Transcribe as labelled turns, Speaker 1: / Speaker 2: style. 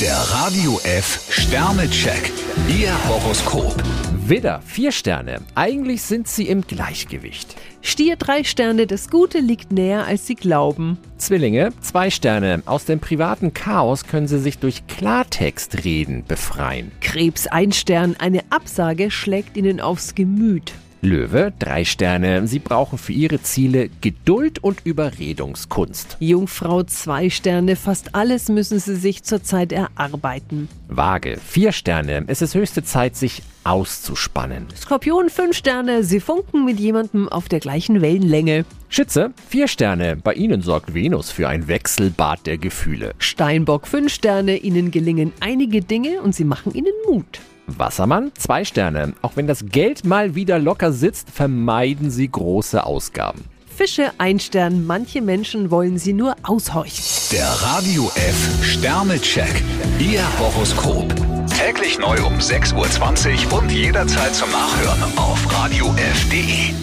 Speaker 1: Der Radio F Sternecheck. Ihr Horoskop.
Speaker 2: Widder, vier Sterne. Eigentlich sind sie im Gleichgewicht.
Speaker 3: Stier drei Sterne, das Gute liegt näher, als Sie glauben.
Speaker 2: Zwillinge, zwei Sterne. Aus dem privaten Chaos können sie sich durch Klartextreden befreien.
Speaker 3: Krebs ein Stern, eine Absage schlägt Ihnen aufs Gemüt.
Speaker 2: Löwe, drei Sterne. Sie brauchen für ihre Ziele Geduld und Überredungskunst.
Speaker 3: Jungfrau zwei Sterne, fast alles müssen Sie sich zurzeit erarbeiten.
Speaker 2: Waage, vier Sterne. Es ist höchste Zeit, sich auszuspannen.
Speaker 3: Skorpion fünf Sterne, Sie funken mit jemandem auf der gleichen Wellenlänge.
Speaker 2: Schütze, vier Sterne. Bei ihnen sorgt Venus für ein Wechselbad der Gefühle.
Speaker 3: Steinbock fünf Sterne, Ihnen gelingen einige Dinge und sie machen Ihnen Mut.
Speaker 2: Wassermann, zwei Sterne. Auch wenn das Geld mal wieder locker sitzt, vermeiden sie große Ausgaben.
Speaker 3: Fische ein Stern, manche Menschen wollen Sie nur aushorchen.
Speaker 1: Der Radio F Sternecheck. Ihr Horoskop. Täglich neu um 6.20 Uhr und jederzeit zum Nachhören auf Radio radiof.de.